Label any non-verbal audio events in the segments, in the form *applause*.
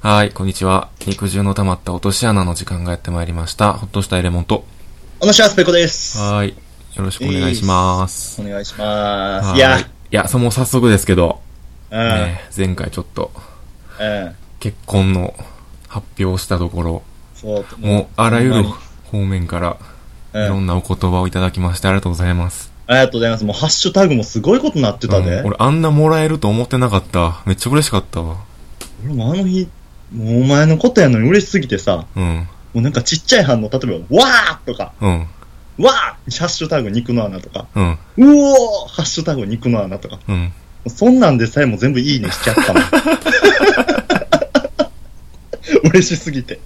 はい、こんにちは。肉汁の溜まった落とし穴の時間がやってまいりました。ほっとしたエレモンと。おのしはスペコです。はーい。よろしくお願いします。お願いします。はいや、いや、その早速ですけど、うん、ね、前回ちょっとうん。結婚の発表をしたところ、そう、もうあらゆほるんまに方面からうんいろんなお言葉をいただきましてありがとうございます。ありがとうございます。もうハッシュタグもすごいことになってたうで。ん俺あんなもらえると思ってなかった。めっちゃ嬉しかったわ。俺もあの日、もうお前のことやのに嬉しすぎてさ、うん。もうなんかちっちゃい反応、例えば、わーとか、うん。わーハッシュタグ肉の穴とか、うん。うおーハッシュタグ肉の穴とか、うもん。うそんなんでさえも全部いいねしちゃったもん。 *laughs* 嬉しすぎて。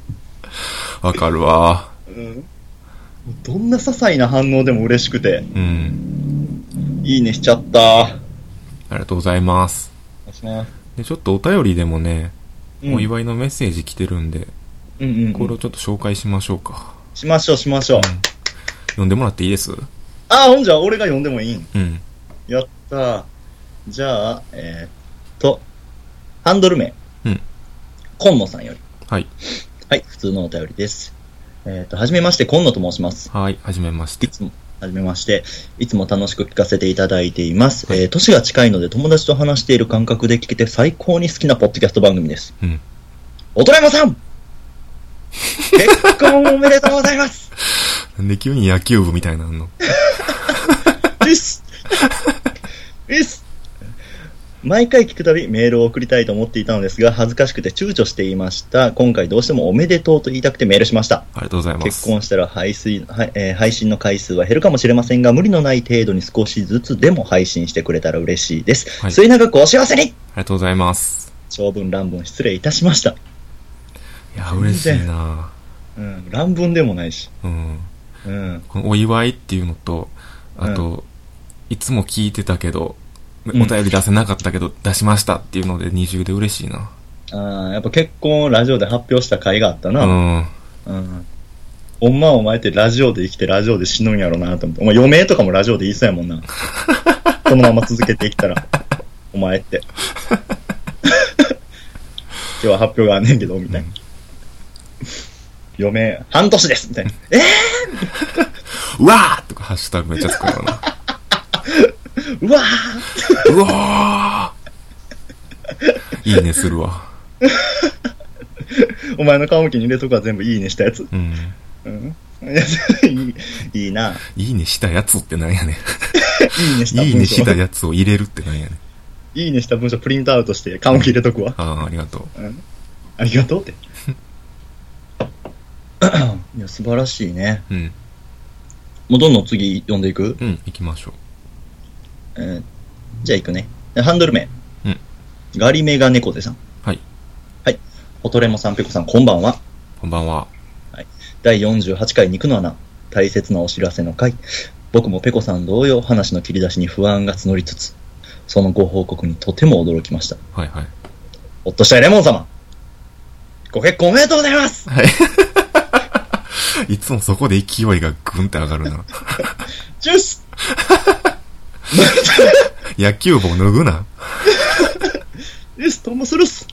わかるわ。うん。もうどんな些細な反応でも嬉しくて、うん。いいねしちゃった。ありがとうございます。お願いします。で、ちょっとお便りでもね、うんお祝いのメッセージ来てるんで、うんうんうんこれをちょっと紹介しましょうか。しましょう、しましょう。読んでもらっていいですああ、ほんじゃ、俺が読んでもいいん。うん。やったー。じゃあ、えー、っと、ハンドル名。うん。今野さんより。はい。はい、普通のお便りです。えー、っと、はじめまして、今野と申します。はい、はじめましいて。つも、はじめまして。いつも楽しく聞かせていただいています。はいえー、年が近いので友達と話している感覚で聞けて最高に好きなポッドキャスト番組です。うん。大人山さん *laughs* 結婚おめでとうございますなんで急に野球部みたいなのウィ *laughs* スウィス毎回聞くたびメールを送りたいと思っていたのですが、恥ずかしくて躊躇していました。今回どうしてもおめでとうと言いたくてメールしました。ありがとうございます。結婚したら配信,、はいえー配信の回数は減るかもしれませんが、無理のない程度に少しずつでも配信してくれたら嬉しいです。はい末永くお幸せにありがとうございます。長文乱文失礼いたしました。いや、全然嬉しいなうん、乱文でもないし。うん。うん。このお祝いっていうのと、あと、いつも聞いてたけど、おうん便り出せなかったけど、出しましたっていうので二重で嬉しいな。ああ、やっぱ結婚をラジオで発表した回があったな。うん。うん。ほんまはお前ってラジオで生きてラジオで死ぬんやろなと思って。お前余命とかもラジオで言いそうやもん *laughs* な。このまま続けていったら、お前って。 *laughs* 今日は発表があんねんけど、みたいな。余命、半年ですみたいな。えうわーとかハッシュタグめっちゃ使うよな。うわーうわ *laughs* ーいいねするわ。お前の顔向きに入れとくは全部いいねしたやつ。うん。うん。いやそれいい、いいな。いいねしたやつってなんや *laughs* ねいいねしん。た文章。いいねしたやつを入れるってなんやねん。いいねした文章プリントアウトして顔向き入れとくわ。ああ、ありがとう。ありがとうって。 *laughs* いや、素晴らしいね。うん。もうどんどん次読んでいく、うん、行きましょえーじゃあ行くね。ハンドル名。うんガリメガネコゼさん。はい。はい。ホトレモさん、ペコさん、こんばんは。う。こんばんは。第48回肉の穴。大切なお知らせの回。僕もペコさん同様、話の切り出しに不安が募りつつ、そのご報告にとても驚きました。はいはい。おっとしたいレモン様。ご結婚おめでとうございますいつもそこで勢いがグンって上がる *laughs* な。チュ *laughs* ース野球帽脱ぐな。です、ともするっす。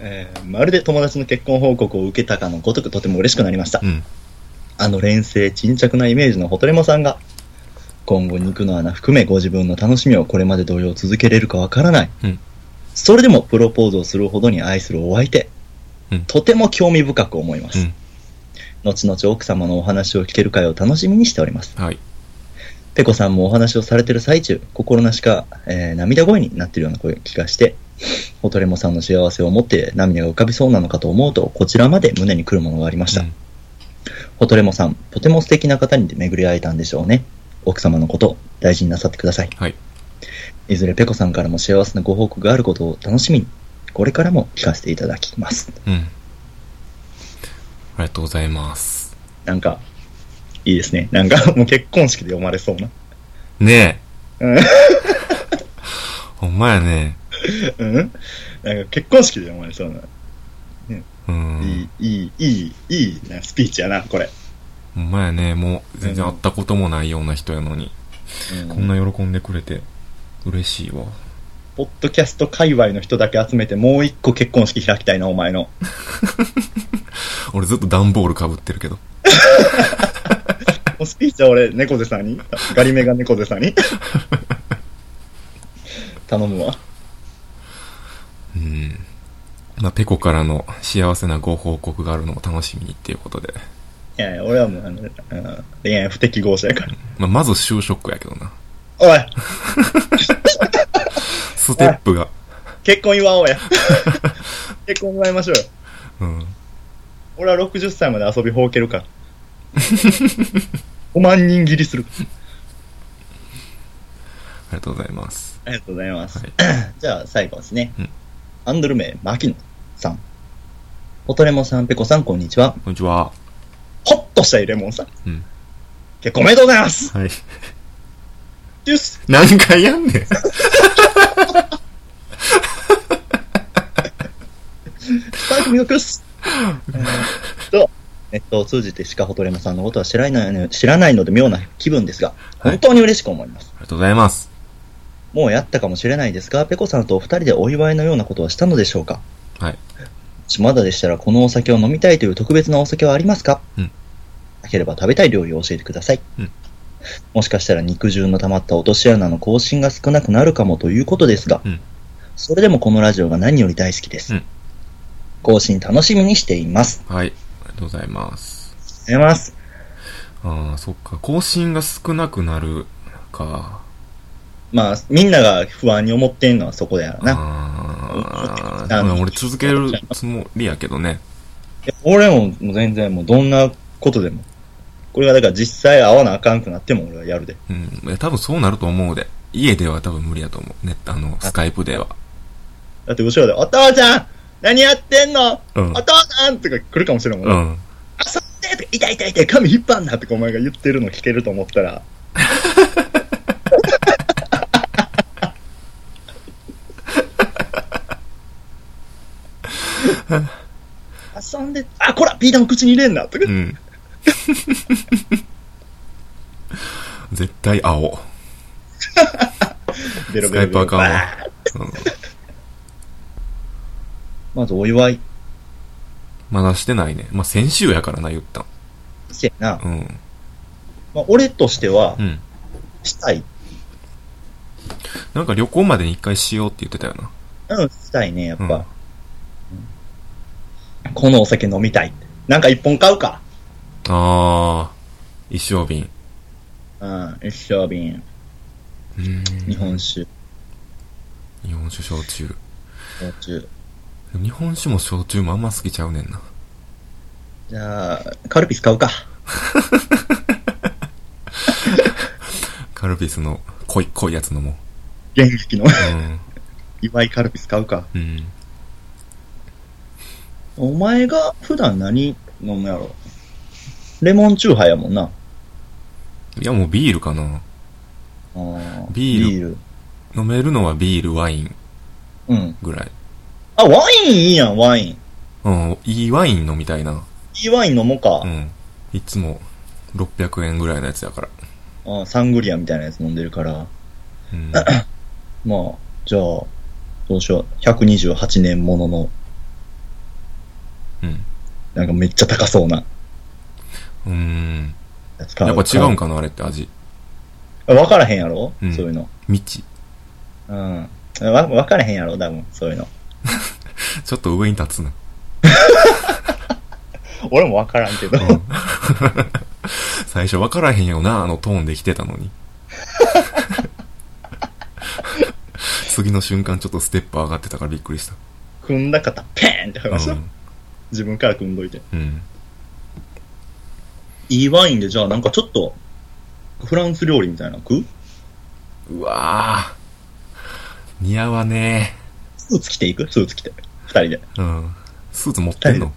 えーまるで友達の結婚報告を受けたかのごとくとても嬉しくなりましたう。ん。あの連成沈着なイメージのホトレモさんが、今後肉の穴含めご自分の楽しみをこれまで同様続けれるかわからない。うんそれでもプロポーズをするほどに愛するお相手。うんとても興味深く思います。うん後々奥様のお話を聞ける会を楽しみにしております。はい。ペコさんもお話をされてる最中、心なしか、えー涙声になってるような声気がして、ホトレモさんの幸せを持って涙が浮かびそうなのかと思うと、こちらまで胸に来るものがありました。うんホトレモさん、とても素敵な方に巡り会えたんでしょうね。奥様のこと、大事になさってください。はい。いずれペコさんからも幸せなご報告があることを楽しみに、これからも聞かせていただきます。うん。ありがとうございます。なんか、いいですね。なんか、もう結婚式で読まれそうな。ねえうん。ほんまやね。うんなんか結婚式で読まれそうな。うん。いい、いい、いい、いいなスピーチやな、これ。ほんまやね。もう全然会ったこともないような人やのに。こんな喜んでくれて嬉しいわ。ポッドキャスト界隈の人だけ集めて、もう一個結婚式開きたいな、*laughs* お前の。俺ずっと段ボール被ってるけど。もうスピーチは俺、猫背さんに、ガリメガ猫背さん *laughs* に。頼むわ。うん。まあ、ペコからの幸せなご報告があるのを楽しみにっていうことで。いやいや、俺はもう、あの、うん恋愛不適合者やから。まあ、まず就職やけどな。おいステップが。結婚祝お *laughs* うや。結婚祝いましょうよ。うん。俺は60歳まで遊びほうけるから。5万人切りする。ありがとうございます。ありがとうございます。はい *clears throat* じゃあ最後ですね。うんアンドル名、牧野さん。ホトレモさん、ペコさん、こんにちは。こんにちは。ホッとしたいレモンさん。うん。結婚おめでとうございますはい。デュース何回やんねん。パークミノクス *laughs* えーっと、ネットを通じてしかホトレモさんのことは知らないの知らないので妙な気分ですが、はい本当に嬉しく思います。ありがとうございます。もうやったかもしれないですが、ペコさんとお二人でお祝いのようなことはしたのでしょうかはい。もしまだでしたらこのお酒を飲みたいという特別なお酒はありますか、うんなければ食べたい料理を教えてください。うんもしかしたら肉汁の溜まった落とし穴の更新が少なくなるかもということですが、うんそれでもこのラジオが何より大好きです。うん更新楽しみにしています。はい。ありがとうございます。ありがとうございます。ああ、そっか。更新が少なくなるか。まあ、みんなが不安に思ってんのはそこだよな。あああ、の俺続けるつもりやけどね。いや俺ももう全然もうどんなことでも。これがだから実際会わなあかんくなっても俺はやるで。うん。いや、多分そうなると思うで。家では多分無理やと思う。ね、あの、スカイプでは。だって後ろで、お父さん何やってんの、うんお父さんとか来るかもしれんもんうね。ん。遊んでとか、痛い痛い痛い、髪引っ張んなとかお前が言ってるの聞けると思っ *laughs* たら。遊んで、あ、こら、ピータン口に入れんなとかう、ん。絶対青。ベスカイプアカウンバート。うんまずお祝いまだしてないね。まあ、先週やからな、言ったん。してな。うん。まあ、俺としてはう、ん。したい。なんか旅行までに一回しようって言ってたよな。うん、したいね、やっぱ。うんこのお酒飲みたい。なんか一本買うか。ああ、一生瓶。うん、一生瓶、うーん日本酒、日本酒焼酎。焼酎。でも日本酒も焼酎もあんま好きちゃうねんな。じゃあ、カルピス買うか。カルピスの濃い、濃いやつのも。現役の。 *laughs* うん。祝いカルピス買うか。うん。お前が普段何飲むやろレモンチューハイやもんな。いや、もうビールかな。あービールビール。飲めるのはビール、ワインうん。ぐらい。あ、ワインいいやん、ワイン。うん、いいワイン飲みたいな。いいワイン飲もうかう。ん。いつも600円ぐらいのやつやから。あーサングリアみたいなやつ飲んでるから。うん。まあ、じゃあ、どうしよう。128年ものの、うん。なんかめっちゃ高そうなうーん。やつ買やうっぱ違うんかな、あれって味。わからへんやろ、うんそういうの。未知。うん。わ、わからへんやろ多分、そういうの。ちょっと上に立つな。俺もわからん *laughs* けど。うん最初分からへんよな、あのトーンで来てたのに。次の瞬間ちょっとステップ上がってたからびっくりした。組んだ方、ペーンって入りました、うん。自分から組んどいて。うん。いいワインで、じゃあなんかちょっと、フランス料理みたいなの食ううわぁ。似合わねスーツ着ていくスーツ着て。二人で。え。うん。スーツ持ってんの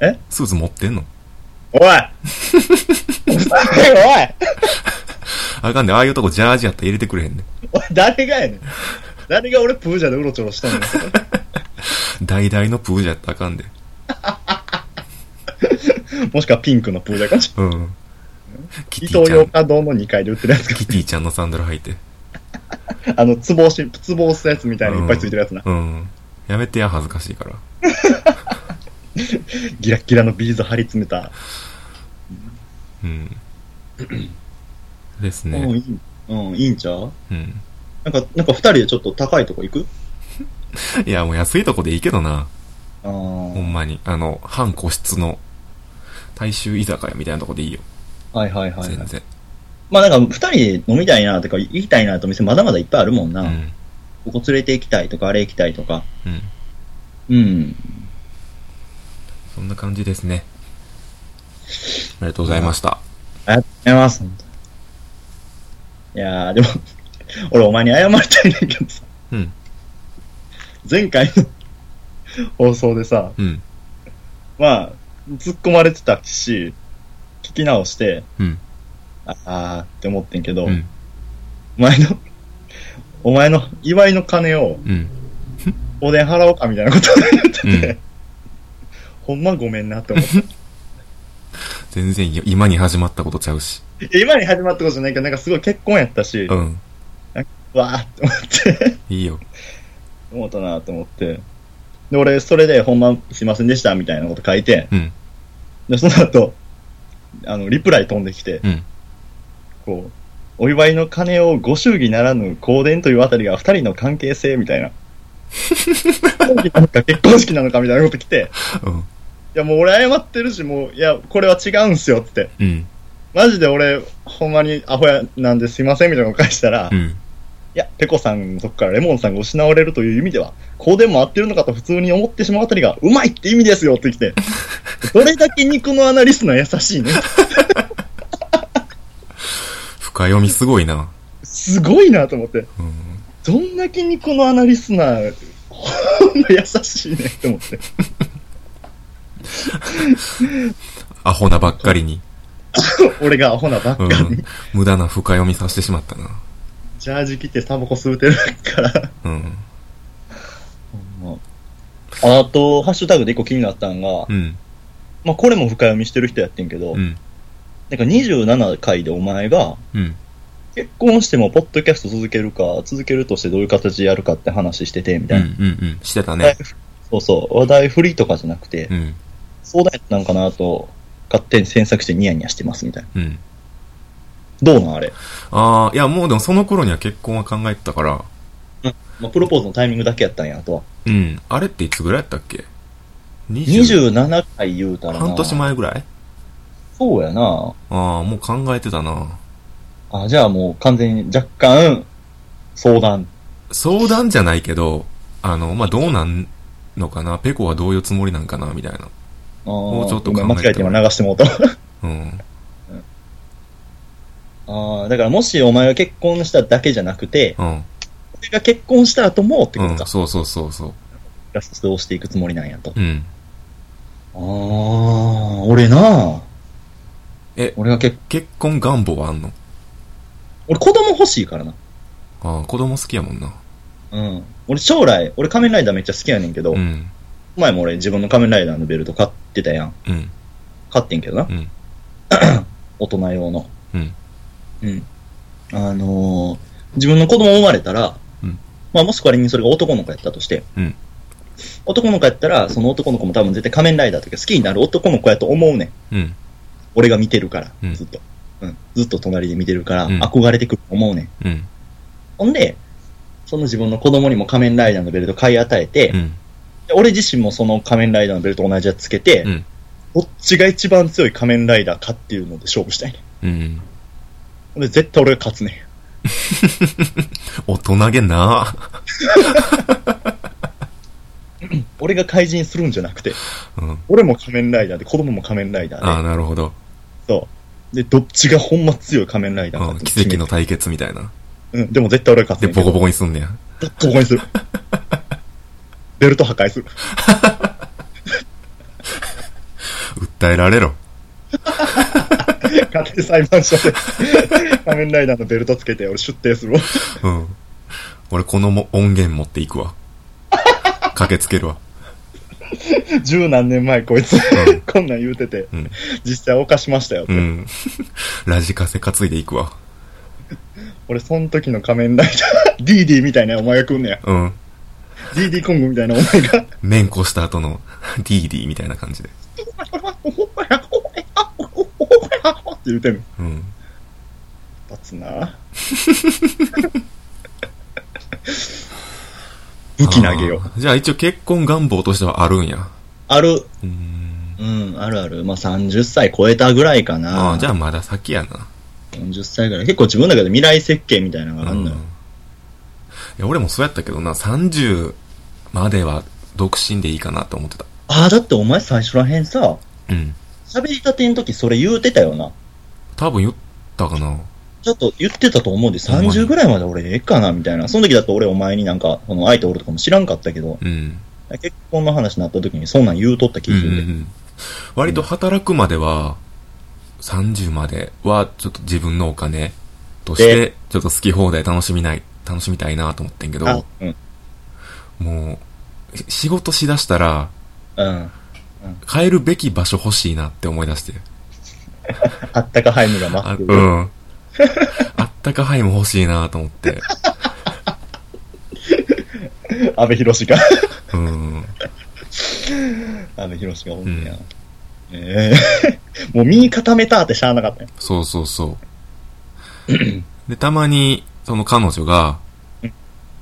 えスーツ持ってんのお *laughs* いおいおいあかんね。ああいうとこジャージやったら入れてくれへんね。おい誰がやねん誰が俺プージャでうろちょろしたんだ大々のプージャやったらあかんで。もしくはピンクのプージャかもしれんうん。キ伊ティ東ちゃ洋ん、華堂の2階で売ってるやつか。キティちゃんのサンダル履いて。あの、ツボ押し、ツボ押すやつみたいないっぱいついてるやつな。うん。やめてや、恥ずかしいから。ギラッギラのビーズ張り詰めた。うん。ですうん、ね。いい、うん、いいんちゃううん。なんか、なんか二人でちょっと高いとこ行くいや、もう安いとこでいいけどな。ああ、ほんまに。あの、半個室の、大衆居酒屋みたいなとこでいいよ。はいはいはい、は全い。然。まあなんか二人で飲みたいなとか、行きたいなと店まだまだいっぱいあるもんな。うん。ここ連れて行きたいとか、あれ行きたいとか。うん。うん。そんな感じですね。ありがとうございました。ありがとうございます。いやー、でも、 *laughs* 俺お前に謝りたいねんけどさ、うん。前回の放送でさ、うん。まあ、突っ込まれてたし、聞き直して、うん。ああーって思ってんけど、うん。お前の、お前の祝いの金をうん。おでん払おうかみたいなことになってて、うんほんまごめんなって思って。全然いいよ。今に始まったことちゃうし。いや今に始まったことじゃないけど、なんかすごい結婚やったし、うん。わーって思って、いいよ。思ったなと思って。で、俺、それで、ほんますいませんでした、みたいなこと書いて、うん。で、その後、あの、リプライ飛んできて、うん。こう、お祝いの鐘をご祝儀ならぬ香典というあたりが二人の関係性みたいな。 *laughs* 葬儀なのか結婚式なのかみたいなこと来て、うん。いやもう俺謝ってるし、もう、いや、これは違うんすよって。うん。マジで俺、ほんまにアホやなんですいませんみたいなの返したら、ういん。や、ペコさんのとこからレモンさんが失われるという意味では、香典も合ってるのかと普通に思ってしまうあたりが、うまいって意味ですよって来て、 *laughs* どれだけ肉のアナリスナー優しいね。深読みすごいな。すごいなと思って。うん。どんだけにこのアナリスナー、ほんま優しいねって思って。アホなばっかりに。俺がアホなばっかうんり、。無駄な深読みさせてしまったな。ジャージ着てタバコ吸うてるから。うん。あと、ハッシュタグで一個気になったんが、うん。まあこれも深読みしてる人やってんけど、うん。なんか27回でお前が、うん。結婚してもポッドキャスト続けるか、続けるとしてどういう形でやるかって話してて、みうたん。ういな。ん。うん。してたね。そうそう、話題フリーとかじゃなくて、うん。相談やったんかなと、勝手に詮索してニヤニヤしてます、みたいな。うん。どうなんあれ。ああ、いや、もうでもその頃には結婚は考えてたから。まあ、プロポーズのタイミングだけやったんや、あとは。うん。あれっていつぐらいやったっけ20 27回言うたらな。半年前ぐらいそうやな。ああ、もう考えてたな。あ、じゃあもう完全に若干、相談。相談じゃないけど、あの、まあ、どうなんのかなペコはどういうつもりなんかなみたいな。もうちょっと考えて間違えて今流してもうた。 *laughs* うん。ああ、だからもしお前が結婚しただけじゃなくて、うん。俺が結婚した後もってこうとん。か。そうそうそうそう。活動していくつもりなんやと。うん。ああ、俺なえ俺が結結婚願望はあんの俺子供欲しいからな。ああ、子供好きやもんな。うん。俺将来、俺仮面ライダーめっちゃ好きやねんけど、うん。前も俺自分の仮面ライダーのベルト買ってたやん。うん。買ってんけどな。うん。 *clears throat* 大人用の。うん。うん。あのー自分の子供生まれたら、うんまあもし仮にそれが男の子やったとして、うん男の子やったら、その男の子も多分絶対仮面ライダーとか好きになる男の子やと思うねん。うん。俺が見てるから、うんずっと。うん。ずっと隣で見てるから、うん憧れてくると思うねん。うん。ほんで、その自分の子供にも仮面ライダーのベルト買い与えて、うん。で俺自身もその仮面ライダーのベルト同じやつつけて、うんどっちが一番強い仮面ライダーかっていうので勝負したいねん。うん。ほんで、絶対俺が勝つねん。大人げな。俺が怪人するんじゃなくて、 *laughs* うん。俺も仮面ライダーで、子供も仮面ライダあーあ、で、なるほど。そう。で、どっちがほんま強い仮面ライダーうかっん。て奇決め跡ての対決みたいな。うん、でも絶対俺がで、勝つボねんけコど。ボコにすんねや。ボコボコにする。 *laughs* ベルト破壊する。訴えられろ。家庭裁判所で仮面ライダーのベルトつけて、俺出廷するわ。うん。俺、このも音源持っていく *laughs* わ。駆けつけるわ。十何年前こいつん、こんなん言うてて、うん実際犯しましたよって。うん。 *laughs* ラジカセ担いでいくわ。俺、その時の仮面ライダー DD みたいなお前が来んねや。うん。 DD コングみたいなお前が。面こした後の *laughs* DD みたいな感じで。お前や、お前や、お前やって言うてんの。うん。立つな。武器投げよ。あーじゃあ一応結婚願望としてはあるんや。ある。うーん。うん、あるある。まあ、30歳超えたぐらいかあな。あ、じゃあまだ先やな。 40歳ぐらい。結構自分の中で未来設計みたいなのがあうるん。のいよ。や、俺もそうやったけどな、30までは独身でいいかなと思ってた。ああ、だってお前最初らへんさ、うん。喋りたての時それ言うてたよな。多分言ったかな。ちょっと言ってたと思うんで、ほんまに30ぐらいまで俺ええかな、みたいな。その時だと俺お前になんか、この相手おるとかも知らんかったけど、うん。結婚の話になった時にそんなん言うとった気うんがうするんで。うん。割と働くまでは、30まではちょっと自分のお金として、ちょっと好き放題楽しみない、楽しみたいなと思ってんけあど、、うん。もう、し仕事しだしたら、うん。変えるべき場所欲しいなって思い出して。あったかハイムがあ待ってうる。ん。あったかハイも欲しいなと思って。安倍博士が。 *laughs* うん。安倍博士がおんねやうん。ええ *laughs* もう身固めたってしゃあなかったよ。そうそうそう。で、たまに、その彼女が、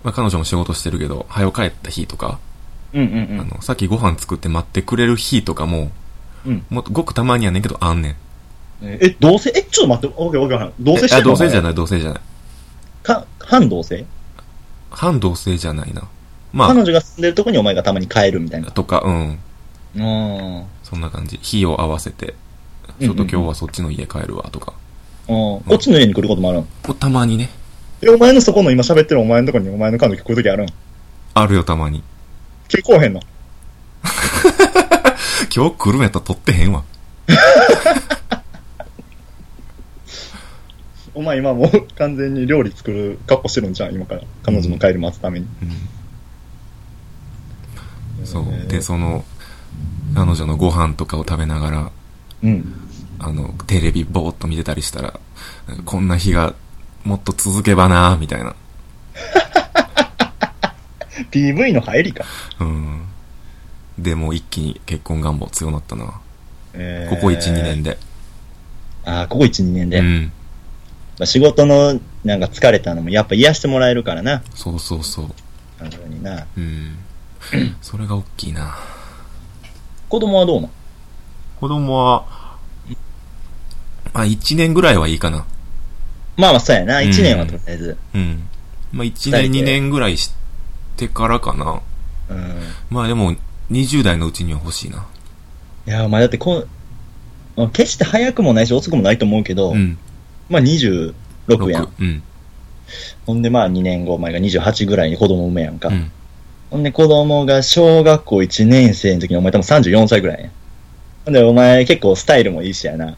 まあ、彼女も仕事してるけど、早帰った日とか、うんうんうあん。の、さっきご飯作って待ってくれる日とかも、うんもっとごくたまにやねんけど、あんねん。え、同性え、ちょっと待って、わけわからん。同性してえるあ、同性じゃないない、同性じゃない。か、反同性反同性じゃないな。ま彼女が住んでるとこにお前がたまに帰るみたいなあ、。とか、うん。うん。そんな感じ。日を合わせて、うんちょっと今日はそっちの家帰るわ、とか。こっちの家に来ることもあるん。もうたまにね。え、お前のそこの今喋ってるお前のとこにお前の彼女来るときあるん。あるよ、たまに。結構へんの。今日来るんやったら撮ってへんわ。お前今もう完全に料理作る格好してるんじゃん、今から。彼女の帰り待つために。うん。そえーう。で、その、彼女のご飯とかを食べながら、うん。あの、テレビぼーっと見てたりしたら、こんな日がもっと続けばなーみたいな。 PV の入りか。うん。で、もう一気に結婚願望強なったな。えここ1、2年。で。ああ、ここ1、2年で。うまん。あ仕事のなんか疲れたのもやっぱ癒してもらえるからな。そうそうそう。彼女にな。うん。 *clears throat* それが大きいな。子供はどうなん子供は、まあ1年ぐらいはいいかな。まあまあそうやな。うん1年はとりあえず。うん。まあ1二人年で2年ぐらいしてからかな。うん。まあでも、20代のうちには欲しいな。いや、お前だってこう、まあ決して早くもないし遅くもないと思うけど、うん。まあ26やん。六うん。ほんでまあ2年後、お前が28ぐらいに子供産めやんか。うん。ほんで子供が小学校1年生の時にお前多分34歳ぐらいやん。ほんでお前結構スタイルもいいしやな。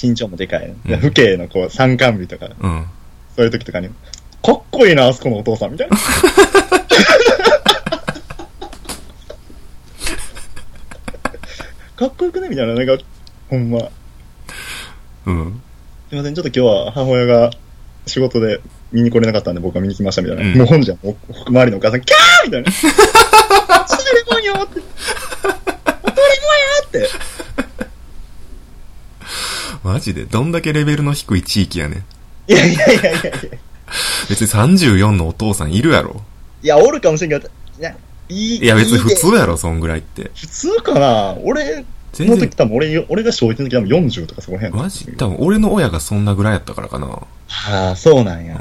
身長もでかいやん。うん父兄のこう参観日とか、うん。そういう時とかに、かっこいいな、あそこのお父さんみたいな。かっこよくないみたいな、なんか、ほんま。うん。すいません、ちょっと今日は母親が仕事で見に来れなかったんで僕は見に来ましたみたいな。うんもう本じゃん。もう周りのお母さん、キャー *laughs* みたいな。それもんよって。それもんやって。マジで、どんだけレベルの低い地域やねん。いやいやいやいやいや。別に34のお父さんいるやろ。いや、おるかもしれんけど、いや、いい。いや別に普いいで通やろ、そんぐらいって。普通かな俺全の時然、多分俺よ、俺が小1の時多分40とかそこら辺。マジ多分俺の親がそんなぐらいやったからかな。ああ、そうなんや。あ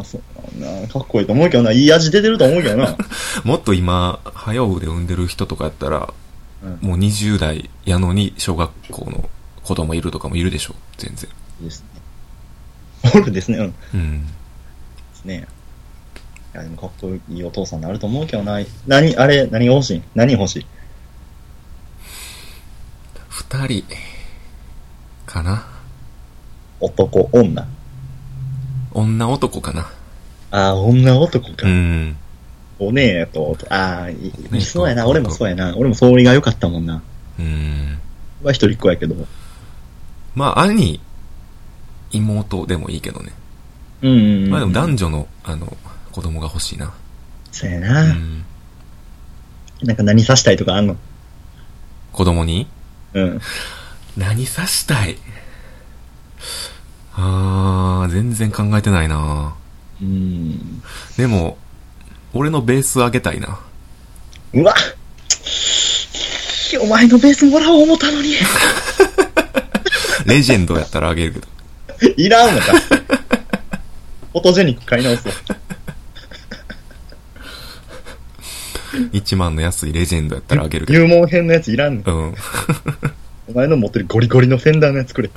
あ、そうなんな。かっこいいと思うけどな。いい味出てると思うけどな。もっと今、早うで産んでる人とかやったら、うんもう20代やのに小学校の子供いるとかもいるでしょ、全然。いいですね。おるですね。うん。うん。ですね。いや、でもかっこいいお父さんになると思うけどな。何、あれ、何が欲しい何欲しい二人、かな男、女。女男かなああ、女男か。うん。おねえと、ああ、いねえとそうやな。俺もそうやな。俺も総理が良かったもんな。うん。は一人っ子やけど。まあ、兄、妹でもいいけどね。うんうんうん。まあでも男女の、あの、子供が欲しいな。そうやうな、ん。なんか何さしたいとかあんの子供にうん。何刺したいあー、全然考えてないなうん。でも、俺のベース上げたいな。うわお前のベースもらおう思ったのに。レジェンドやったら上げるけ *laughs* ど。いらんのか。フォトジェニック買い直すわ。 1万の安いレジェンドやったら上げるけ入門編のやついらんの。ど。うん。お前の持ってるゴリゴリのフェンダーのやつくれ。ゴ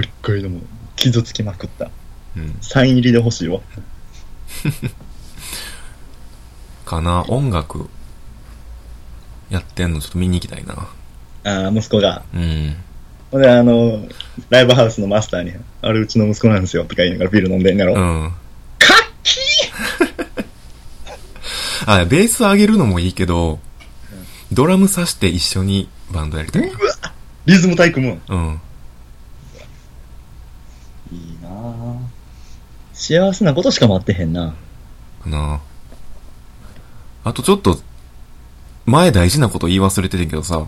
リゴリのもう傷つきまくった。うん。サイン入りで欲しいわ。かな音楽、やってんのちょっと見に行きたいな。ああ、息子が。うん。ほんで、あの、ライブハウスのマスターに、あれうちの息子なんですよ、とか言いながらビール飲んでんやろ。うかっん。きあ、ベース上げるのもいいけど、ドラム刺して一緒にバンドやりたいな。うわリズム体育もうん。いいなぁ幸せなことしか待ってへんなかなあとちょっと、前大事なこと言い忘れててんけどさ、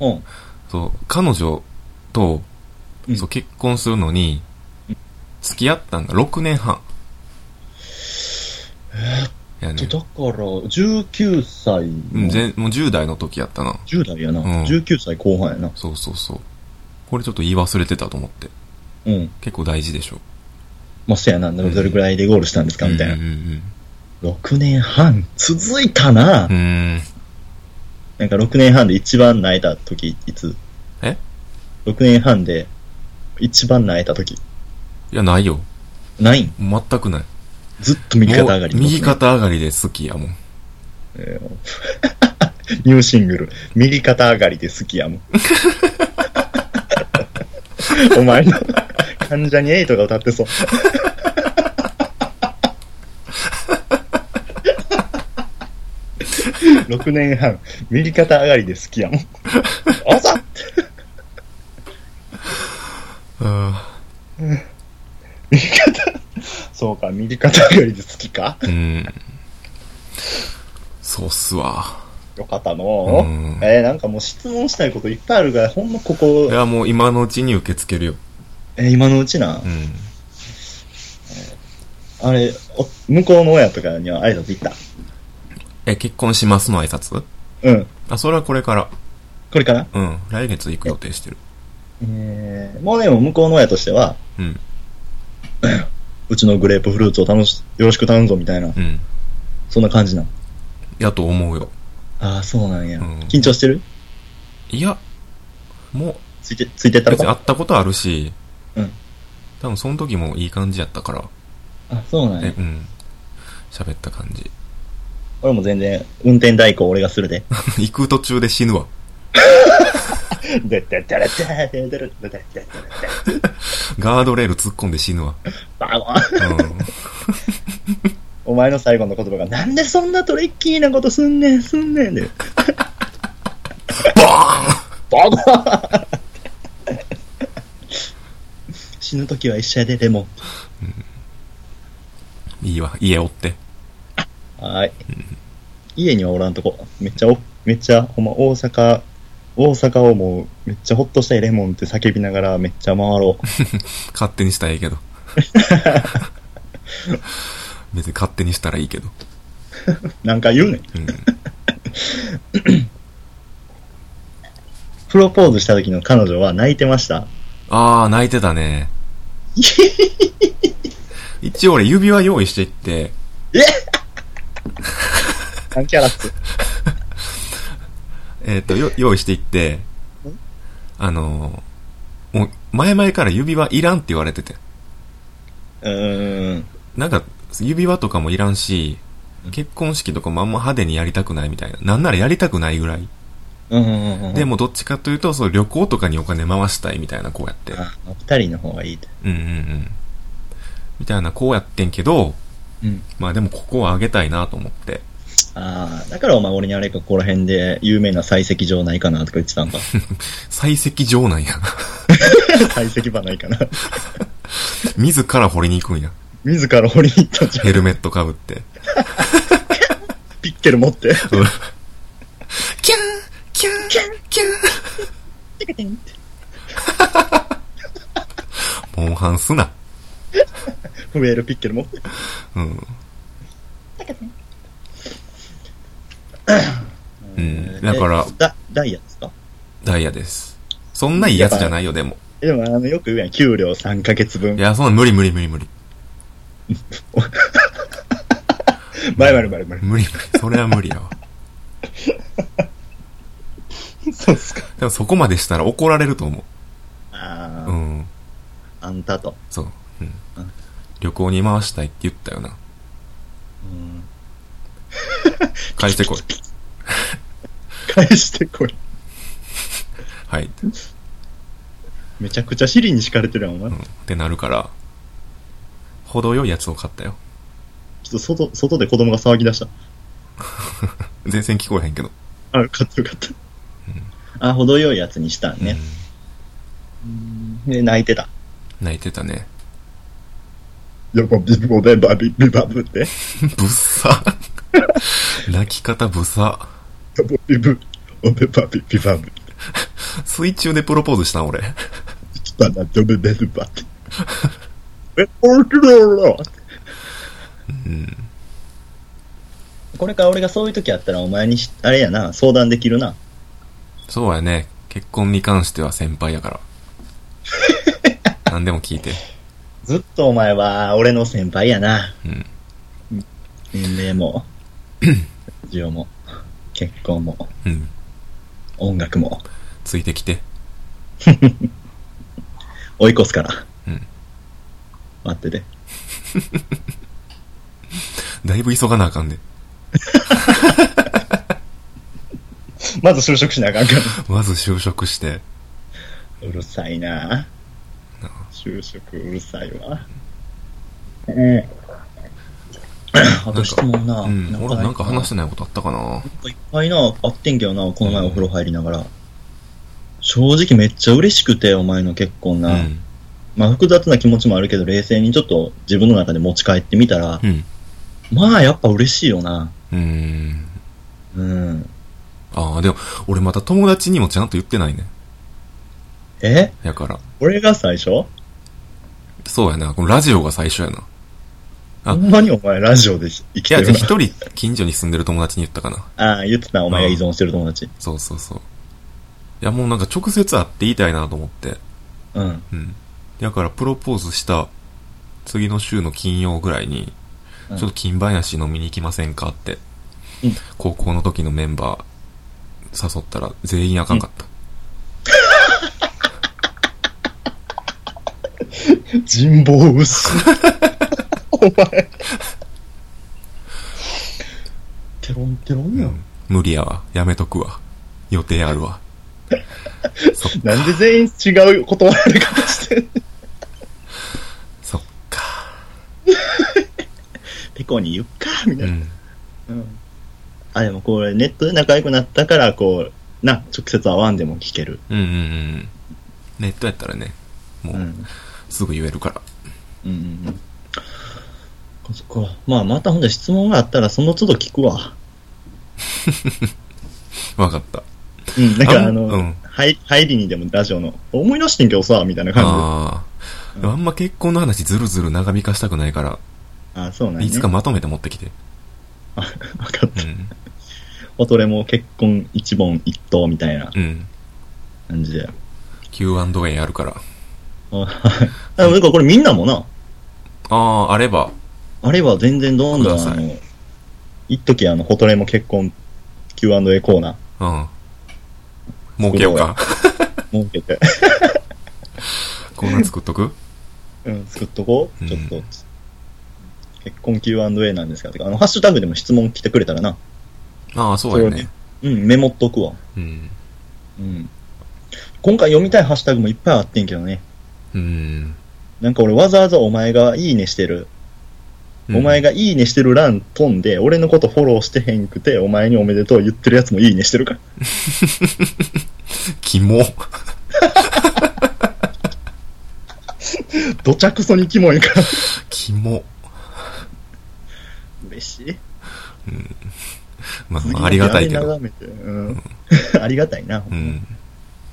うん。そう、彼女と、うんそう、結婚するのに、付き合ったんが6年半。えやねだから、19歳うん、の、全もう10代の時やったな。 10代やな、ん19歳後半やな。そうそうそう。これちょっと言い忘れてたと思って。うん。結構大事でしょ。まあ、せやな、どれぐらいでゴールしたんですかみたいな。うんうん6年半、続いたな、うん。うん。なんか6年半で一番泣いた時、いつえ ?6 年半で、一番泣いた時。いや、ないよ。ないん全くない。ずっと右肩上がり、もう右。肩上がりで好きやもん。ニューシングル。右肩上がりで好きや *laughs* もん。お前の患者にエイトが歌 *laughs* ってそう。6年半、右肩上がりで好きやもん。あざうん。そうか、右肩上がりで好きかうん。そうっすわ。よかったのうんえー、なんかもう質問したいこといっぱいあるから、ほんまこいこ、や、もう今のうちに受け付けるよ。えー今のうちなう、ん。あれ、お向こうの親とかには挨拶行った。え、結婚しますの挨拶うん。あ、それはこれから。これかなうん。来月行く予定してる。えー、もうでも向こうの親としては、うん。うちのグレープフルーツを楽し、よろしく頼むぞみたいな、うん。そんな感じなの。やと思うよ。ああ、そうなんや。うん緊張してるいや、もついて、ついてっう、たの別に会かったことあるし、うん。多分その時もいい感じやったから。あ、そうなんえや、。うん。喋った感じ。 *laughs* 俺も全然、運転代行俺がするで。行く途中で死ぬわ。でってってれってれってれってれってれってれってれガードレール突っ込んで死ぬわ。バゴンうん。お前の最後の言葉が、なんでそんなトリッキーなことすんねん、すんねんで。バーンバゴン死ぬ時は一緒やで、でも。いいわ。家おって。はーい。家にはおらんとこ。めっちゃお、めっちゃ、ほんま、大阪、大阪をもう、めっちゃほっとしたいレモンって叫びながら、めっちゃ回ろう。勝手にしたらいいけど。 *laughs* 別に勝手にしたらいいけど。なんか言うねん。うん。プロポーズした時の彼女は泣いてました。あー、泣いてたね。一応俺指輪用意していって、何キャラっつ。えっ、と、よ用意していって、あのーもう、前々から指輪いらんって言われてて。うーん。なんか、指輪とかもいらんし、結婚式とかもあんま派手にやりたくないみたいな。なんならやりたくないぐらい。うんうんうん。で、もどっちかというと、そう旅行とかにお金回したいみたいな、こうやって。あ、二人の方がいいって。うんうんうん。みたいな、こうやってんけど、うん。まあでもここは上げたいなと思って。ああ、だからお前俺にあれか、ここら辺で有名な採石場ないかなとか *laughs* 言ってたんか。採石場なんや。採石場ないかな。 *laughs* 自ら掘りに行くんや。自ら掘りに行ったんじゃん。ヘルメットかぶって。ピッケル持って。うんキャーキャーキャーキャーモンハンすな。ウェールピッケル持って。うん。うん。だからえ、だ、ダイヤですかダイヤです。そんないいやつじゃないよ、でも。でも、あの、よく言うやん。給料3ヶ月分い。や、そんな無理無理無理無理。バイバイバイバ無イ。理無理。それは無理やわ。そうっすか。でもそこまでしたら怒られると思あう。あ、うん。あんたと。そう。うんうん。旅行に回したいって言ったよな。うん返してこい。返してこい。はい。めちゃくちゃ尻に敷かれてるやん、お前。うん。ちょってなるから、程よいやつを買ったよ。っと外、外で子供が騒ぎ出した。全然聞こえへんけど。あ、よかったよかった。あ、程よいやつにしたんうんね。で、泣いてた。泣いてたね。 *laughs* やっぱビブボベンバービビバブって。ぶっさ。泣き方ぶさ。やっぱビブオベバビビバブ。水中でプロポーズしたん俺。スパナドベベルバ *laughs* って。え、オルロロうん。これから俺がそういう時あったらお前にし、あれやな、相談できるな。そうやね。結婚に関しては先輩や *laughs* から。何でも聞いて。ずっとお前は俺の先輩やな。うん。年齢 *laughs* も、需要も、結婚も、うん。音楽も、ついてきて。追い越すから。うん。待ってて。だいぶ急がなあかんで。まず就職しなあか *laughs* んから。まず就職して。うるさいな就職うるさいわ。うん。あと質問な。うん。俺なんか話しててないことあったかなない。いっぱいな、あってんけどな、この前お風呂入りながら。正直めっちゃ嬉しくて、お前の結婚うが。ん。まあ複雑な気持ちもあるけど、冷静にちょっと自分の中で持ち帰ってみたら、うん。まあやっぱ嬉しいよな。うーん。うん。ああ、でも、俺また友達にもちゃんと言ってないね。えやから。俺が最初そうやな。このラジオが最初やな。あほんまにお前ラジオで生きいてや、るじゃあな。一人近所に住んでる友達に言ったかな。ああ、言ってた、お前が依存してる友達。そうそうそう。いや、もうなんか直接会って言いたいなと思って。うん。うん。だから、プロポーズした次の週の金曜ぐらいに、うんちょっと金林飲みに行きませんかって、うん高校の時のメンバー誘ったら全員あかんかった。人望薄。お前。テロンテロンやん。無理やわ。やめとくわ。予定あるわ。なんで全員違う断られ方してんの *laughs* そっか。ペコに言うか、みたういな。ん。うんあ、でもこれネットで仲良くなったから、こう、な、直接会わんでも聞ける。うんうんうん。ネットやったらね、もう。うんすぐ言えるから。うんうんうん。そっか。まあ、またほんで質問があったら、その都度聞くわ。わかった。うん、なんかああんの、うんはい入りにでもラジオの、思い出してんけどさ、みたいな感あうんあ。あんま結婚の話ずるずる長引かしたくないから、じ。あ、そうなんやね。いつかまとめて持ってきて。わかっうた。ん。おとれも結婚一問一答みたいなうん。感じで。 Q&A やるから。 *laughs* あはいあなんかこれみんなもな、ああ、あれば。あれば全然どんどくだん、さあいの、一時あの、ホトレも結婚 Q&A コーナーうん。儲けようか。設けて、コーナー作っとく *laughs* うん、作っとこうう。んちょっと、結婚 Q&A なんですかあの、ハッシュタグでも質問来てくれたらな。ああ、そうやそうねね。うん、メモっとくわ。うん。うん。今回読みたいハッシュタグもいっぱいあってんけどね。うん。なんか俺わざわざお前がいいねしてるお前が。がいいねしてる欄飛んで、俺のことフォローしてへんくて、お前におめでとう言ってるやつもいいねしてるから。キモ。どちゃくそにキモいから。 *laughs* キモ。嬉しい。まあ、次まの日あ、ありがたいけあれど。眺めて、うん。 *laughs* ありがたいな。うん。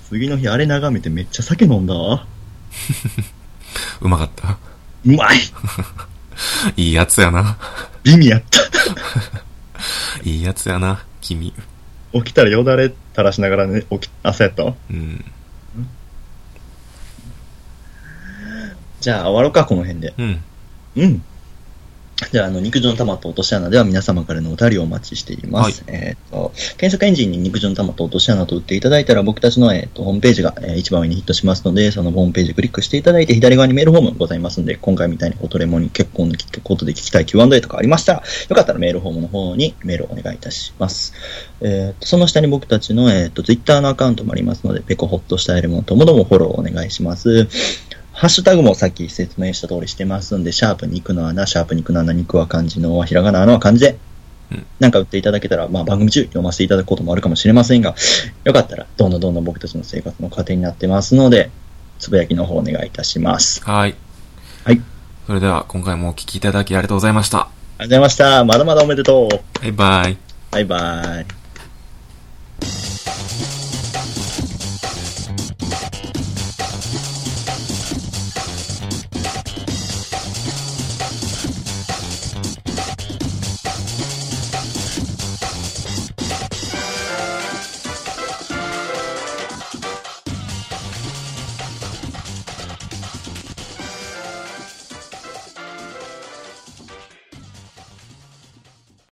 次の日あれ眺めてめっちゃ酒飲んだわ。うまかった。う *laughs* まいいいやつやな。美味やった。いいやつやな、君。起きたらよだれ垂らしながらね、起き、朝やったわ。うん。じゃあ終わろうか、この辺で。うん。うん。じゃあ、あの、肉汁の玉と落とし穴では皆様からのお便りをお待ちしています。えっ、と、検索エンジンに肉汁の玉と落とし穴と打っていただいたら僕たちの、えー、とホームページが、えー一番上にヒットしますので、そのホームページクリックしていただいて左側にメールフォームございますので、今回みたいにおとれもに結婚のことで聞きたい Q&A とかありましたら、よかったらメールフォームの方にメールをお願いいたします。えーとその下に僕たちの、えー、と Twitter のアカウントもありますので、ペコホッとしたエレモンともどもフォローお願いします。ハッシュタグもさっき説明した通りしてますんで、シャープ肉の穴、シャープ肉の穴、肉は漢字の、ひらがな、穴は漢字でうん、なんか打っていただけたら、まあ番組中読ませていただくこともあるかもしれませんが、よかったらどんどんどんどん僕たちの生活の糧になってますので、つぶやきの方お願いいたします。はい。はい。それでは、今回もお聞きいただきありがとうございました。ありがとうございました。まだまだおめでとう。バイバイ。バイバイ。